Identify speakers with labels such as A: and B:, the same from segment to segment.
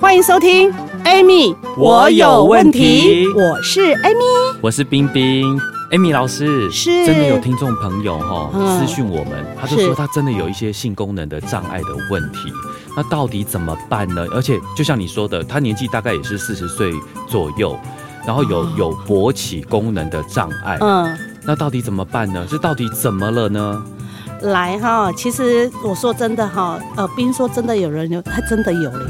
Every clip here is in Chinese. A: 欢迎收听 Amy，
B: 我有问题
A: 我是 Amy，
C: 我是冰冰，Amy 老师，
A: 是
C: 真的有听众朋友哈、
A: 嗯
C: 私讯我们，他就是说他真的有一些性功能的障碍的问题，那到底怎么办呢？而且就像你说的，他年纪大概也是四十岁左右。然后有有勃起功能的障碍，
A: 哦嗯，
C: 那到底怎么办呢？这到底怎么了呢？
A: 来哈，其实我说真的哈，呃，冰说真的有人有，他真的有嘞，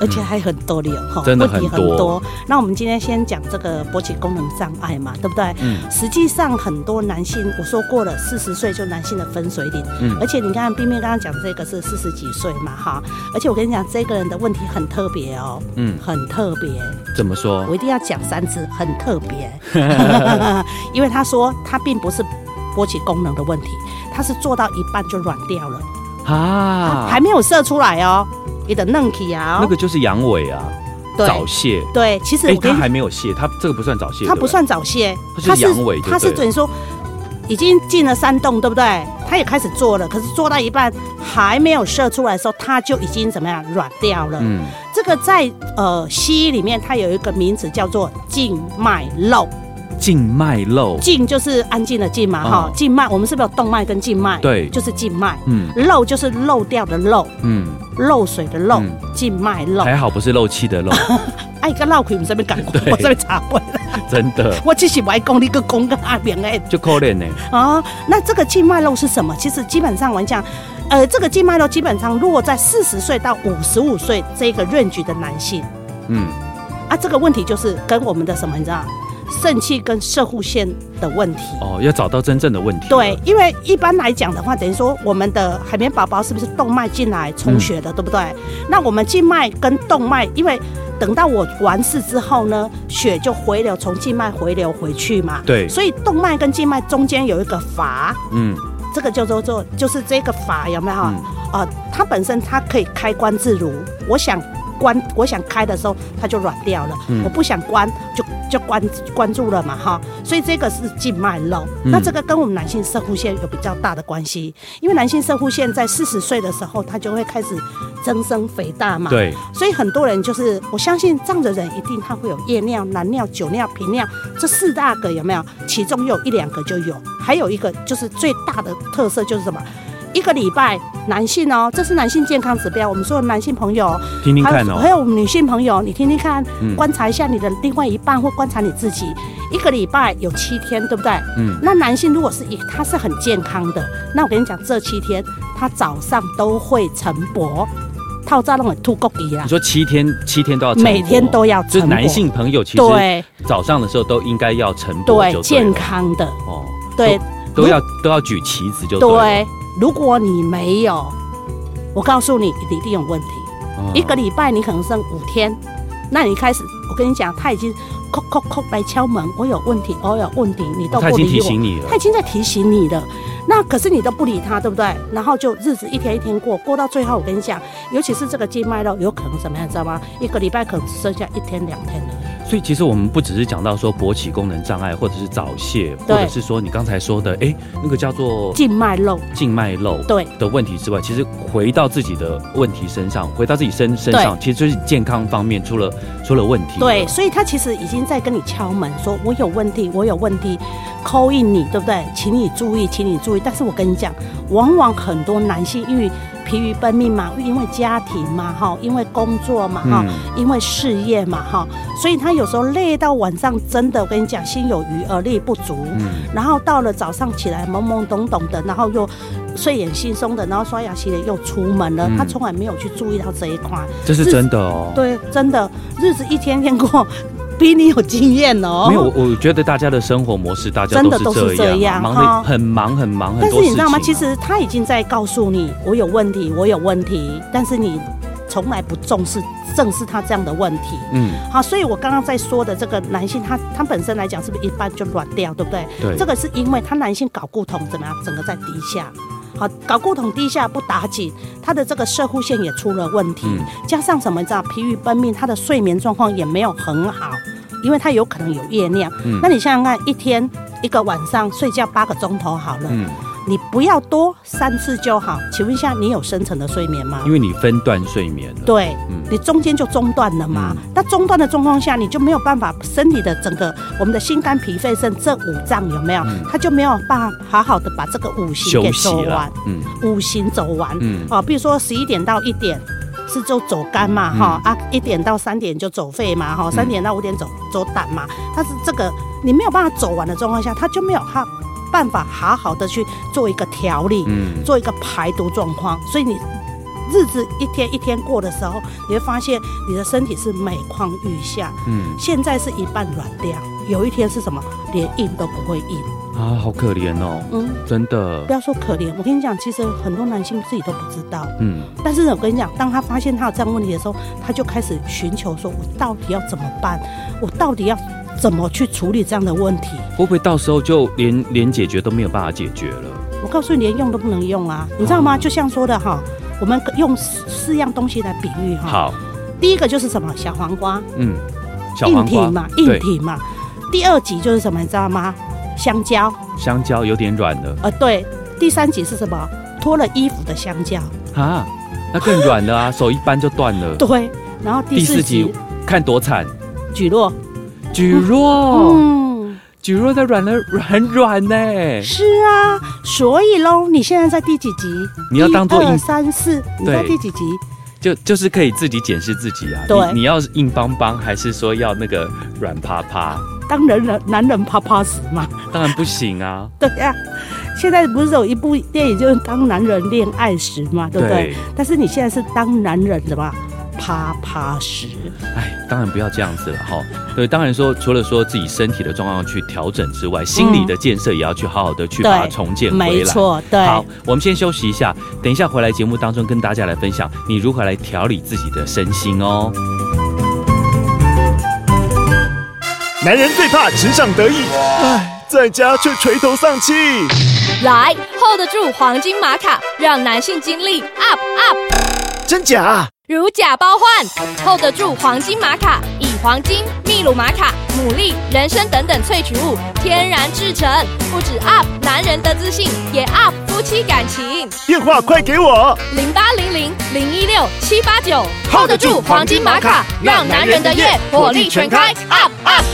A: 而且还很多嘞哈，
C: 真的
A: 问题
C: 很多
A: 那我们今天先讲这个勃起功能障碍嘛，对不对？
C: 嗯
A: 实际上很多男性，我说过了，四十岁就男性的分水岭，
C: 嗯
A: 而且你看冰冰刚刚讲这个是四十几岁嘛哈，而且我跟你讲，这个人的问题很特别哦，
C: 嗯，
A: 很特别，
C: 怎么说
A: 我？一定要讲三次，很特别， 因为他说他并不是勃起功能的问题，他是做到一半就软掉了，
C: 啊，
A: 还没有射出来哦，你的嫩体啊
C: 那，个就是阳痿啊，早
A: 对
C: 泄。
A: 对，其实
C: 哎，
A: 我跟
C: 他
A: 你
C: 还没有泄，他这个不算早泄，
A: 他
C: 对
A: 不
C: 对
A: 算早泄，
C: 它是阳痿就
A: 他是
C: 对了
A: 等于说已经进了山洞，对不对？他也开始做了，可是做到一半还没有射出来的时候，他就已经怎么样软掉了。
C: 嗯，
A: 这个在呃西医里面，它有一个名词叫做静脉瘘。
C: 静脉瘘，
A: 静就是安静的静嘛，哈、
C: 嗯
A: 静脉我们是不是有动脉跟静脉？
C: 对
A: 就是静脉。
C: 嗯
A: 漏就是漏掉的漏，
C: 嗯，
A: 漏水的漏
C: 嗯，
A: 静脉漏。
C: 还好不是漏气的 漏，
A: 哎，个漏开唔这边讲，
C: 对
A: 我这边查过了，
C: 真的。
A: 我只是爱讲你个讲个阿明哎
C: 就扣脸呢，
A: 啊。那这个静脉漏是什么？其实基本上我跟你讲，呃，这个静脉漏基本上如果在四十岁到五十五岁这个 range 的男性
C: 嗯，
A: 啊，这个问题就是跟我们的什么你知道，肾气跟射护腺的问题。
C: 哦，要找到真正的问题了。
A: 对，因为一般来讲的话，等于说我们的海绵宝宝是不是动脉进来充血的，对不对？那我们静脉跟动脉，因为等到我完事之后呢，血就回流，从静脉回流回去嘛。
C: 对
A: 所以动脉跟静脉中间有一个阀，
C: 嗯，
A: 这个叫做做就是这个阀有没有？啊、
C: 嗯
A: 它本身它可以开关自如，我想。关我想开的时候，它就软掉了；
C: 嗯
A: 我不想关，就就关关住了嘛，哈。所以这个是静脉瘘，
C: 嗯
A: 那这个跟我们男性射护腺有比较大的关系，因为男性射护腺在四十岁的时候，它就会开始增生肥大嘛。。
C: 对，
A: 所以很多人就是，我相信这样的人一定他会有夜尿、男尿、酒尿、频尿这四大个有没有？其中有一两个就有，还有一个就是最大的特色就是什么？一个礼拜，男性哦，这是男性健康指标。我们说的男性朋友，
C: 听听
A: 还
C: 看
A: 有还
C: 哦，
A: 有我们女性朋友，你听听看，
C: 嗯
A: 观察一下你的另外一半或观察你自己，一个礼拜有七天，对不对？
C: 嗯，
A: 那男性如果是一他是很健康的，那我跟你讲，这七天他早上都会晨勃，套扎那种吐够底啦
C: 你。说七天七天都要晨勃
A: 每天都要
C: 啊就
A: 晨
C: 是
A: 勃
C: 男性朋友其实
A: 对
C: 早上的时候都应该要晨勃就
A: 对
C: 了
A: 健康的
C: 哦，
A: 对
C: 都要都要举旗子就了
A: 对，如果你没有，我告诉你，你一定有问题。
C: 哦
A: 一个礼拜你可能剩五天，那你开始，我跟你讲，他已经叩叩叩来敲门，我有问题，哦我有问题，你都
C: 他已
A: 不
C: 经提
A: 理我。
C: 醒你了
A: 他已，经在提醒你了，那可是你都不理他，对不对？然后就日子一天一天过，过到最后，我跟你讲，尤其是这个静脉瘘，有可能怎么样，知道吗？一个礼拜可能只剩下一天两天了。
C: 所以其实我们不只是讲到说勃起功能障碍，或者是早泄，或
A: 对
C: 者是说你刚才说的，哎，那个叫做
A: 静脉瘘，
C: 静脉瘘
A: 对
C: 的问题之外，其实回到自己的问题身上，回到自己身身上，其实就是健康方面出了出了问题。
A: 对，，所以他其实已经在跟你敲门，说我有问题，我有问题，扣印你，对不对？请你注意，请你注意。但是我跟你讲，往往很多男性因为疲于奔命嘛，因为家庭嘛，哈，因为工作嘛，哈、
C: 嗯
A: 因为事业嘛，哈，所以他有时候累到晚上，真的我跟你讲，心有余而力不足。
C: 嗯，
A: 然后到了早上起来懵懵懂懂的，然后又睡眼惺忪的，然后刷牙洗脸又出门了，
C: 嗯
A: 他从来没有去注意到这一块。
C: 这是真的哦。
A: 对，真的日子一天天过，比你有经验哦。
C: 没有，我我觉得大家的生活模式，大家
A: 真的
C: 都是
A: 都是
C: 这
A: 这
C: 样
A: 样
C: 啊，忙
A: 哈
C: 得很忙很忙，很
A: 但是
C: 多事
A: 你
C: 情
A: 知
C: 啊。
A: 道吗？其实他已经在告诉你，我有问题，我有问题。但是你从来不重视正视他这样的问题。
C: 嗯，
A: 好，所以我刚刚在说的这个男性，他他本身来讲，是不是一般就软掉，对不对？
C: 对
A: 这个是因为他男性睾固酮怎么样，整个在低下。好，睾固酮低下不打紧，他的这个射护腺也出了问题，
C: 嗯
A: 加上什么你知道，疲于奔命，他的睡眠状况也没有很好，因为他有可能有夜尿。
C: 嗯
A: 那你想想看，一天一个晚上睡觉八个钟头好了，
C: 嗯，
A: 你不要多，三次就好。请问一下，你有深层的睡眠吗
C: 因？为你分段睡眠了。
A: 对
C: 嗯，
A: 你中间就中断了嘛。那中断的状况下，你就没有办法身体的整个我们的心肝脾肺肾这五脏有没有？它就没有办法好好的把这个五行
C: 嗯休
A: 给
C: 息
A: 走完
C: 了。，嗯
A: 五行走完。
C: 嗯
A: 哦，比如说十一点到一点是就走肝嘛，
C: 嗯
A: 哈、啊，一点到三点就走肺嘛，哈，三点到五点走走胆嘛。但是这个你没有办法走完的状况下，他就没有哈办法好好的去做一个调理，
C: 嗯，
A: 做一个排毒状况，所以你。日子一天一天过的时候，你会发现你的身体是每况愈下。
C: 嗯
A: 现在是一半软掉，有一天是什么，连硬都不会硬。
C: 啊，好可怜哦，
A: 嗯，
C: 真的
A: 不。要说可怜，我跟你讲，其实很多男性自己都不知道。
C: 嗯，
A: 但是呢我跟你讲，当他发现他有这样问题的时候，他就开始寻求说，我到底要怎么办？我到底要怎么去处理这样的问题？
C: 会不会到时候就连连解决都没有办法解决了？
A: 我告诉你，连用都不能用啊，你知道吗？就像说的哈，我们用四四样东西来比喻哈。，
C: 好，
A: 第一个就是什么？小黄瓜，
C: 嗯，小
A: 硬
C: 黄
A: 体
C: 瓜
A: 嘛，硬
C: 对，
A: 体嘛。第二集就是什么？你知道吗？香蕉，
C: 香蕉有点软了
A: 呃，对。第三集是什么？脱了衣服的香蕉，
C: 啊，那更软了 啊，手一扳就断了。
A: 对。然后第
C: 第
A: 四
C: 四
A: 集
C: 集看多惨，
A: 举落，
C: 举弱，
A: 嗯。
C: 举弱的软了，很软呢。
A: 是啊，所以喽，你现在在第几集？
C: 你要当作
A: 一二
C: 硬
A: 三四，你在
C: 对
A: 第几集？
C: 就就是可以自己检视自己啊。
A: 对
C: 你你要硬邦邦，还是说要那个软趴趴？
A: 当人人男人啪啪死嘛，
C: 当然不行啊。
A: 对呀、现在不是有一部电影就是当男人恋爱时嘛，对不对？
C: 对
A: 但是你现在是当男人怎么啪啪时？
C: 哎，当然不要这样子了哈。对，当然说除了说自己身体的状况去调整之外，心理的建设也要去好好的去把它
A: 嗯对
C: 重建回来。
A: 没错，对，
C: 好，我们先休息一下，等一下回来节目当中跟大家来分享你如何来调理自己的身心哦。
D: 男人最怕职场得意，唉，在家却垂头丧气。
E: 来 hold 得住黄金玛卡，让男性精力 up up，
D: 真假啊？
E: 如假包换，hold 得住黄金玛卡，以黄金、秘鲁玛卡、牡蛎、人参等等萃取物天然制成，不止 up 男人的自信，也 up 夫妻感情。
D: 电话快给我！
E: 零八零零零一六七八九
D: hold 得住黄金玛卡让男人的夜火力全开
E: ，up up。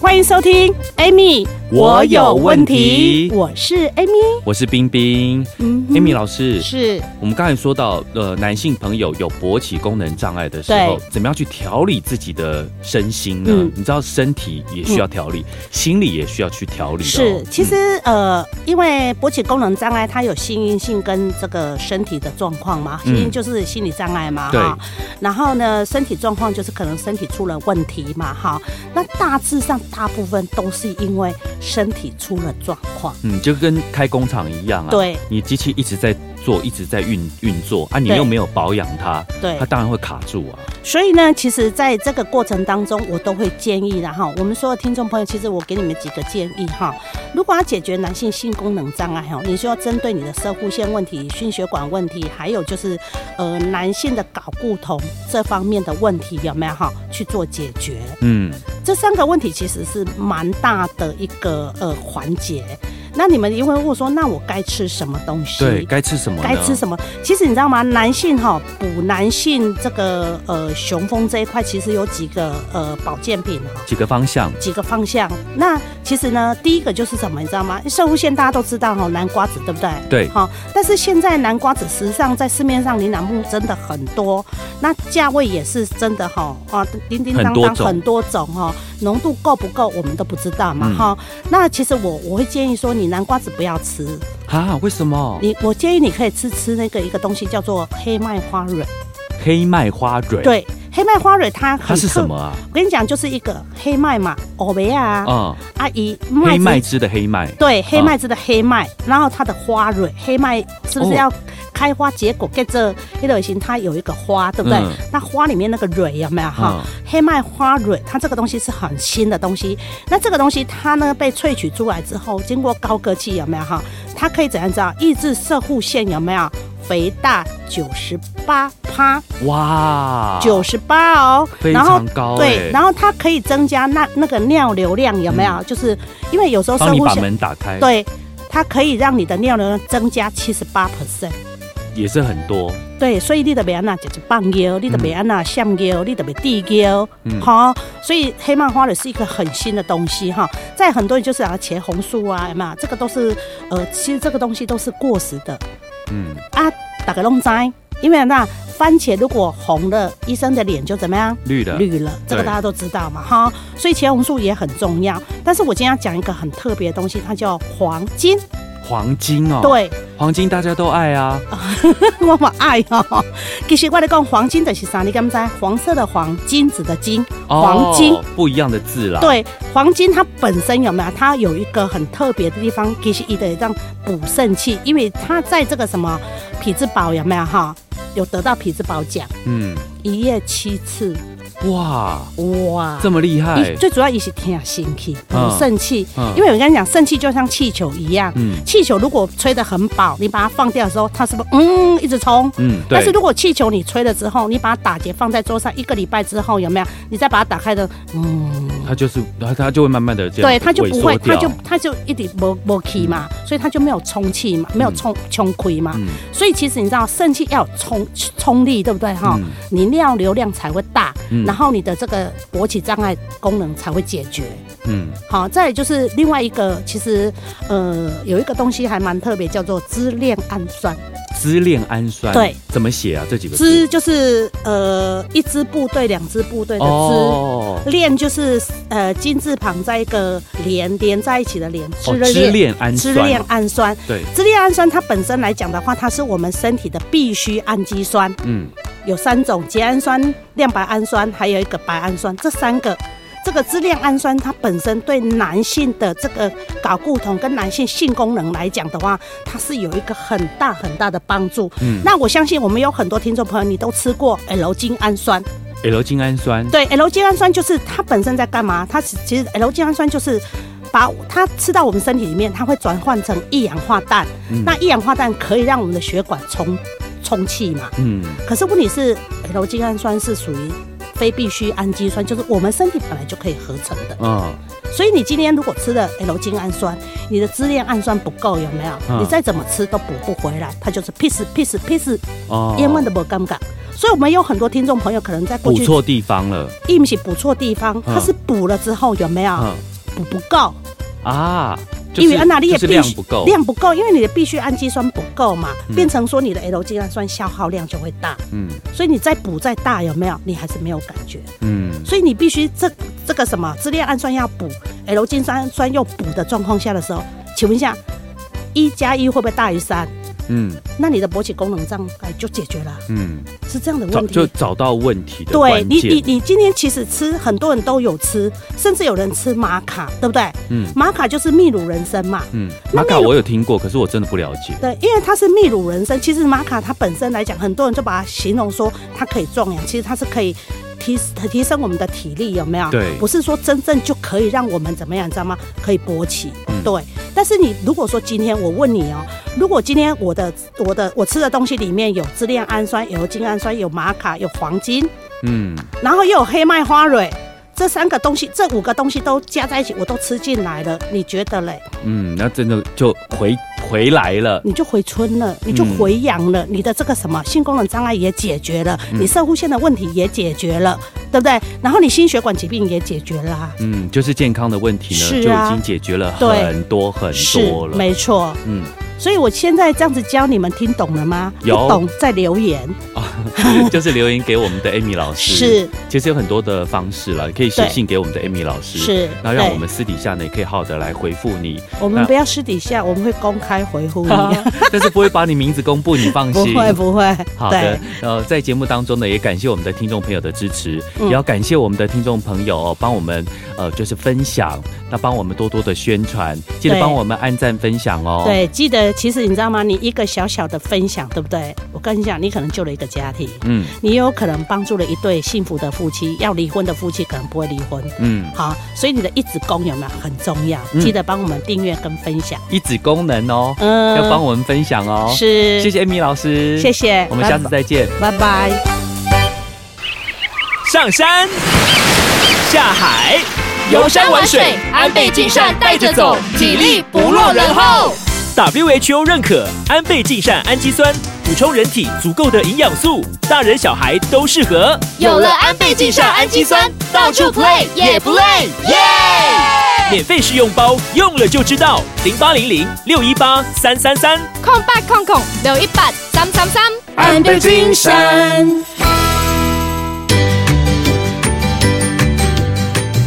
A: 欢迎收听 Amy，
C: 我有问题
A: 我是 Amy，
C: 我是冰冰
A: 嗯哼
C: ，Amy 老师。
A: 是
C: 我们刚才说到，呃，男性朋友有勃起功能障碍的时候
A: 对，
C: 怎么样去调理自己的身心呢？
A: 嗯
C: 你知道，身体也需要调理，心理也需要去调理、哦。
A: 是，其
C: 嗯、
A: 实呃，因为勃起功能障碍，它有心因性跟这个身体的状况嘛，心因
C: 嗯
A: 就是心理障碍嘛，
C: 对
A: 哈。然后呢，身体状况就是可能身体出了问题嘛，哈。那大致上大部分都是因为身体出了状况，
C: 嗯，就跟开工厂一样啊，
A: 对，
C: 你机器一直在做，一直在运运作啊，你
A: 对
C: 又没有保养它，
A: 对
C: 它。当然会卡住啊。
A: 所以呢，其实在这个过程当中，我都会建议啦哈，我们所有听众朋友，其实我给你们几个建议哈。如果要解决男性性功能障碍哈，你需要针对你的射护腺问题、心血管问题，还有就是呃男性的睾固酮这方面的问题有没有哈去做解决？
C: 嗯，
A: 这三个问题其实是蛮大的一个呃环节。那你们也会问说，那我该吃什么东西？
C: 对，该吃什么呢？
A: 该吃什么？其实你知道吗？男性哈、补男性这个呃雄风这一块，其实有几个呃保健品哈、
C: 几个方向，
A: 几个方向。那其实呢，第一个就是什么，你知道吗？射物线大家都知道哈、南瓜子对不对？
C: 对
A: 好、但是现在南瓜子实际上在市面上琳琅木真的很多，那价位也是真的哈、啊，叮叮当
C: 很多
A: 当
C: 种
A: 很多种哈、浓度够不够我们都不知道嘛
C: 嗯
A: 哈、那其实我我会建议说，你南瓜子不要吃，
C: 啊？为什么？
A: 你我建议你可以吃吃那个一个东西叫做黑麦花蕊，
C: 黑麦花蕊，，
A: 对，黑麦花蕊它很
C: 它是
A: 特
C: 什么？啊？
A: 我跟你讲，就是一个黑麦嘛，欧维啊，
C: 啊、
A: 阿姨
C: 黑
A: 麦
C: 麦
A: 子
C: 汁的黑麦，
A: 对黑
C: 啊
A: 麦子的黑麦，然后它的花蕊，黑麦是不是
C: 哦
A: 要开花结果？跟着黑豆型它有一个花，对不对
C: 嗯？
A: 那花里面那个蕊有没有哈？
C: 嗯
A: 黑麦花蕊，它这个东西是很新的东西。那这个东西它呢被萃取出来之后，经过高科技有没有哈？它可以怎样知道？抑制射护腺有没有？肥大九十八趴，
C: 哇，
A: 九十八哦，
C: 啊非
A: 然后
C: 常高、欸，嗯
A: 对，然后它可以增加那那个尿流量有没有？就是因为有时候射
C: 帮你
A: 护
C: 把
A: 腺
C: 门打开，，
A: 对，它可以让你的尿流量增加七十八 percent。
C: 也是很多，
A: 对，所以你的别安娜就是棒腰，你的别安娜下腰，你的别地腰
C: 嗯，
A: 好、所以黑曼花蕊是一个很新的东西哈。在很多人就是啊，茄红素啊，嘛，这个都是呃，其实这个东西都是过时的，
C: 嗯，
A: 大家拢知，因为那番茄如果红了，医生的脸就怎么样？
C: 绿的，
A: 绿了，这个
C: 对
A: 大家都知道嘛哈，所以茄红素也很重要。但是我今天要讲一个很特别的东西，它叫黄金。
C: 黄金哦，，
A: 对，
C: 黄金大家都爱啊，
A: 我嘛爱哦。其实我咧讲黄金的是啥？你敢不知？黄色的黄，金子的金。
C: 哦
A: 啊黄金
C: 不一样的字啦，，
A: 对，黄金它本身有没有？它有一个很特别的地方，其实也得让补肾气，因为它在这个什么匹兹堡有没有哈？有得到匹兹堡奖，
C: 嗯，
A: 一夜七次，
C: 哇，
A: 哇！
C: 这么厉害
A: 一，最主要也是听心气，补
C: 嗯
A: 肾气，
C: 嗯
A: 因为我跟你讲，肾气就像气球一样，
C: 嗯
A: 气球如果吹得很饱，你把它放掉的时候，它是不是嗯一直冲？
C: 嗯，对，
A: 但是如果气球你吹了之后，你把它打结放在桌上，一个礼拜之后有没有？你再把它打开的，嗯，
C: 它就是它它就会慢慢的这样，
A: 对，它就不会，它
C: 它
A: 就它就一直没没气嘛，所以它就没有充气嘛，没有充充亏嘛。
C: 嗯
A: 所以其实你知道，肾气要有冲冲力，对不对哈？
C: 嗯
A: 你尿流量才会大，
C: 嗯
A: 然后你的这个勃起障碍功能才会解决。
C: 嗯，
A: 好，再来就是另外一个，其实呃有一个东西还蛮特别，叫做支链氨酸。
C: 支链氨酸，
A: 对，
C: 怎么写啊？这几个字
A: 支就是呃一支部队、两支部队的支。
C: 哦，
A: 链就是呃金字旁在一个连连在一起的连，
C: 哦支链氨
A: 支
C: 酸，
A: 链氨酸。
C: 对，
A: 支链氨酸它本身来讲的话，它是我们身体的必需氨基酸，
C: 嗯，
A: 有三种：缬氨酸、亮白氨酸，还有一个白氨酸，这三个。这个支链氨酸它本身对男性的这个睾固酮跟男性性功能来讲的话，它是有一个很大很大的帮助。
C: 嗯
A: 那我相信我们有很多听众朋友，你都吃过 L 精氨酸。
C: ，L 精氨酸，
A: 对，L 精氨酸就是它本身在干嘛？它其其实 L 精氨酸就是把它吃到我们身体里面，它会转换成一氧化氮。
C: 嗯
A: 那一氧化氮可以让我们的血管充充气嘛？
C: 嗯，
A: 可是问题是，L 精氨酸是属于非必需氨基酸，就是我们身体本来就可以合成的。
C: 嗯，
A: 所以你今天如果吃了 L 精氨酸，你的支链氨酸不够，有没有？
C: 嗯
A: 你再怎么吃都补不回来，它就是 piece piece piece
C: 哦
A: 烟问的不尴尬。所以我们有很多听众朋友可能在过
C: 补
A: 去
C: 错啊地方了，
A: 一不是补错地方，它是补了之后有没有
C: 嗯
A: 补不够？
C: 啊，就
A: 啊因为
C: 是
A: 安娜你也
C: 就是
A: 必
C: 量
A: 须
C: 不够，
A: 量不够，因为你的必需氨基酸不够嘛，
C: 嗯
A: 变成说你的 L 精氨酸消耗量就会大，
C: 嗯
A: 所以你再补再大有没有？你还是没有感觉，
C: 嗯，
A: 所以你必须这这个什么支链氨酸要补，L 精氨酸又补的状况下的时候，请问一下，一加一会不会大于三？
C: 嗯
A: 那你的勃起功能障碍就解决了，
C: 嗯，
A: 是这样的
C: 找
A: 问题。
C: 就找到问题的
A: 对
C: 关
A: 你，
C: 键，
A: 你你今天其实吃，很多人都有吃，甚至有人吃玛卡，对不对？
C: 嗯
A: 玛卡就是秘鲁人参嘛。
C: 嗯，玛
A: 那
C: 卡
A: 那个
C: 我有听过，可是我真的不了解，
A: 对，因为它是秘鲁人参，其实玛卡它本身来讲，很多人就把它形容说它可以壮阳，其实它是可以提提升我们的体力，有没有？
C: 对
A: 不是说真正就可以让我们怎么样，你知道吗？可以勃起。
C: 嗯
A: 对，但是你如果说今天我问你哦、如果今天我的我的我吃的东西里面有支链氨酸、有精氨酸、有玛卡、有黄金，
C: 嗯
A: 然后又有黑麦花蕊，这三个东西，这五个东西都加在一起，我都吃进来了。你觉得嘞？
C: 嗯，那真的就回回来了，
A: 你就回春了，你就回阳了，你的这个什么性功能障碍也解决了，
C: 嗯
A: 你射护腺的问题也解决了，对不对？然后你心血管疾病也解决了啊、
C: 嗯，就是健康的问题呢，
A: 是
C: 就
A: 啊
C: 已经解决了
A: 对
C: 很多很
A: 是
C: 多，了，
A: 没错。
C: 嗯
A: 所以我现在这样子教你们听懂了吗？
C: 有
A: 不懂再留言。
C: 啊， 就是留言给我们的 Amy 老师。
A: 是，
C: 其实有很多的方式了，可以写
A: 对
C: 信给我们的 Amy 老师，
A: 是
C: 那让
A: 对
C: 我们私底下呢也可以好好的来回复你，
A: 我们
C: 那
A: 不要私底下，我们会公开 回复你。
C: 但是不会把你名字公布，你放
A: 不
C: 心。
A: 会不会，
C: 好的
A: 对，，
C: 呃，在节目当中呢，也感谢我们的听众朋友的支持，
A: 嗯
C: 也要感谢我们的听众朋友哦，帮我们呃就是分享，那帮我们多多的宣传，记得
A: 对
C: 帮我们按赞分享哦。，
A: 对，记得其实你知道吗？你一个小小的分享，对不对？我跟你讲，你可能救了一个家庭，
C: 嗯
A: 你有可能帮助了一对幸福的夫妻，要离婚的夫妻可能不会离婚。
C: 嗯，
A: 好，所以你的一子功有没有很重要？
C: 嗯
A: 记得帮我们订阅跟分享，
C: 一指功能哦，
A: 嗯
C: 要帮我们分享哦。，
A: 是，
C: 谢，谢 Amy 老师，
A: 谢，谢，
C: 我们下次再见。
A: 拜拜，拜拜。
B: 上山，下海，游山玩水，
E: 安倍晋善带着走，体力不落人后。
B: WHO 认可安倍晋善氨基酸，补充人体足够的营养素，大人小孩都适合。
E: 有了安倍晋善氨基酸，到处 play 也不累，耶！
B: 免费试用包，用了就知道。零八零零六一八三三三。
E: 空八空空六一八三三三。
D: 安倍晋三。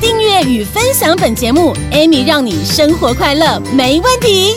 F: 订阅与分享本节目，Amy 让你生活快乐没问题。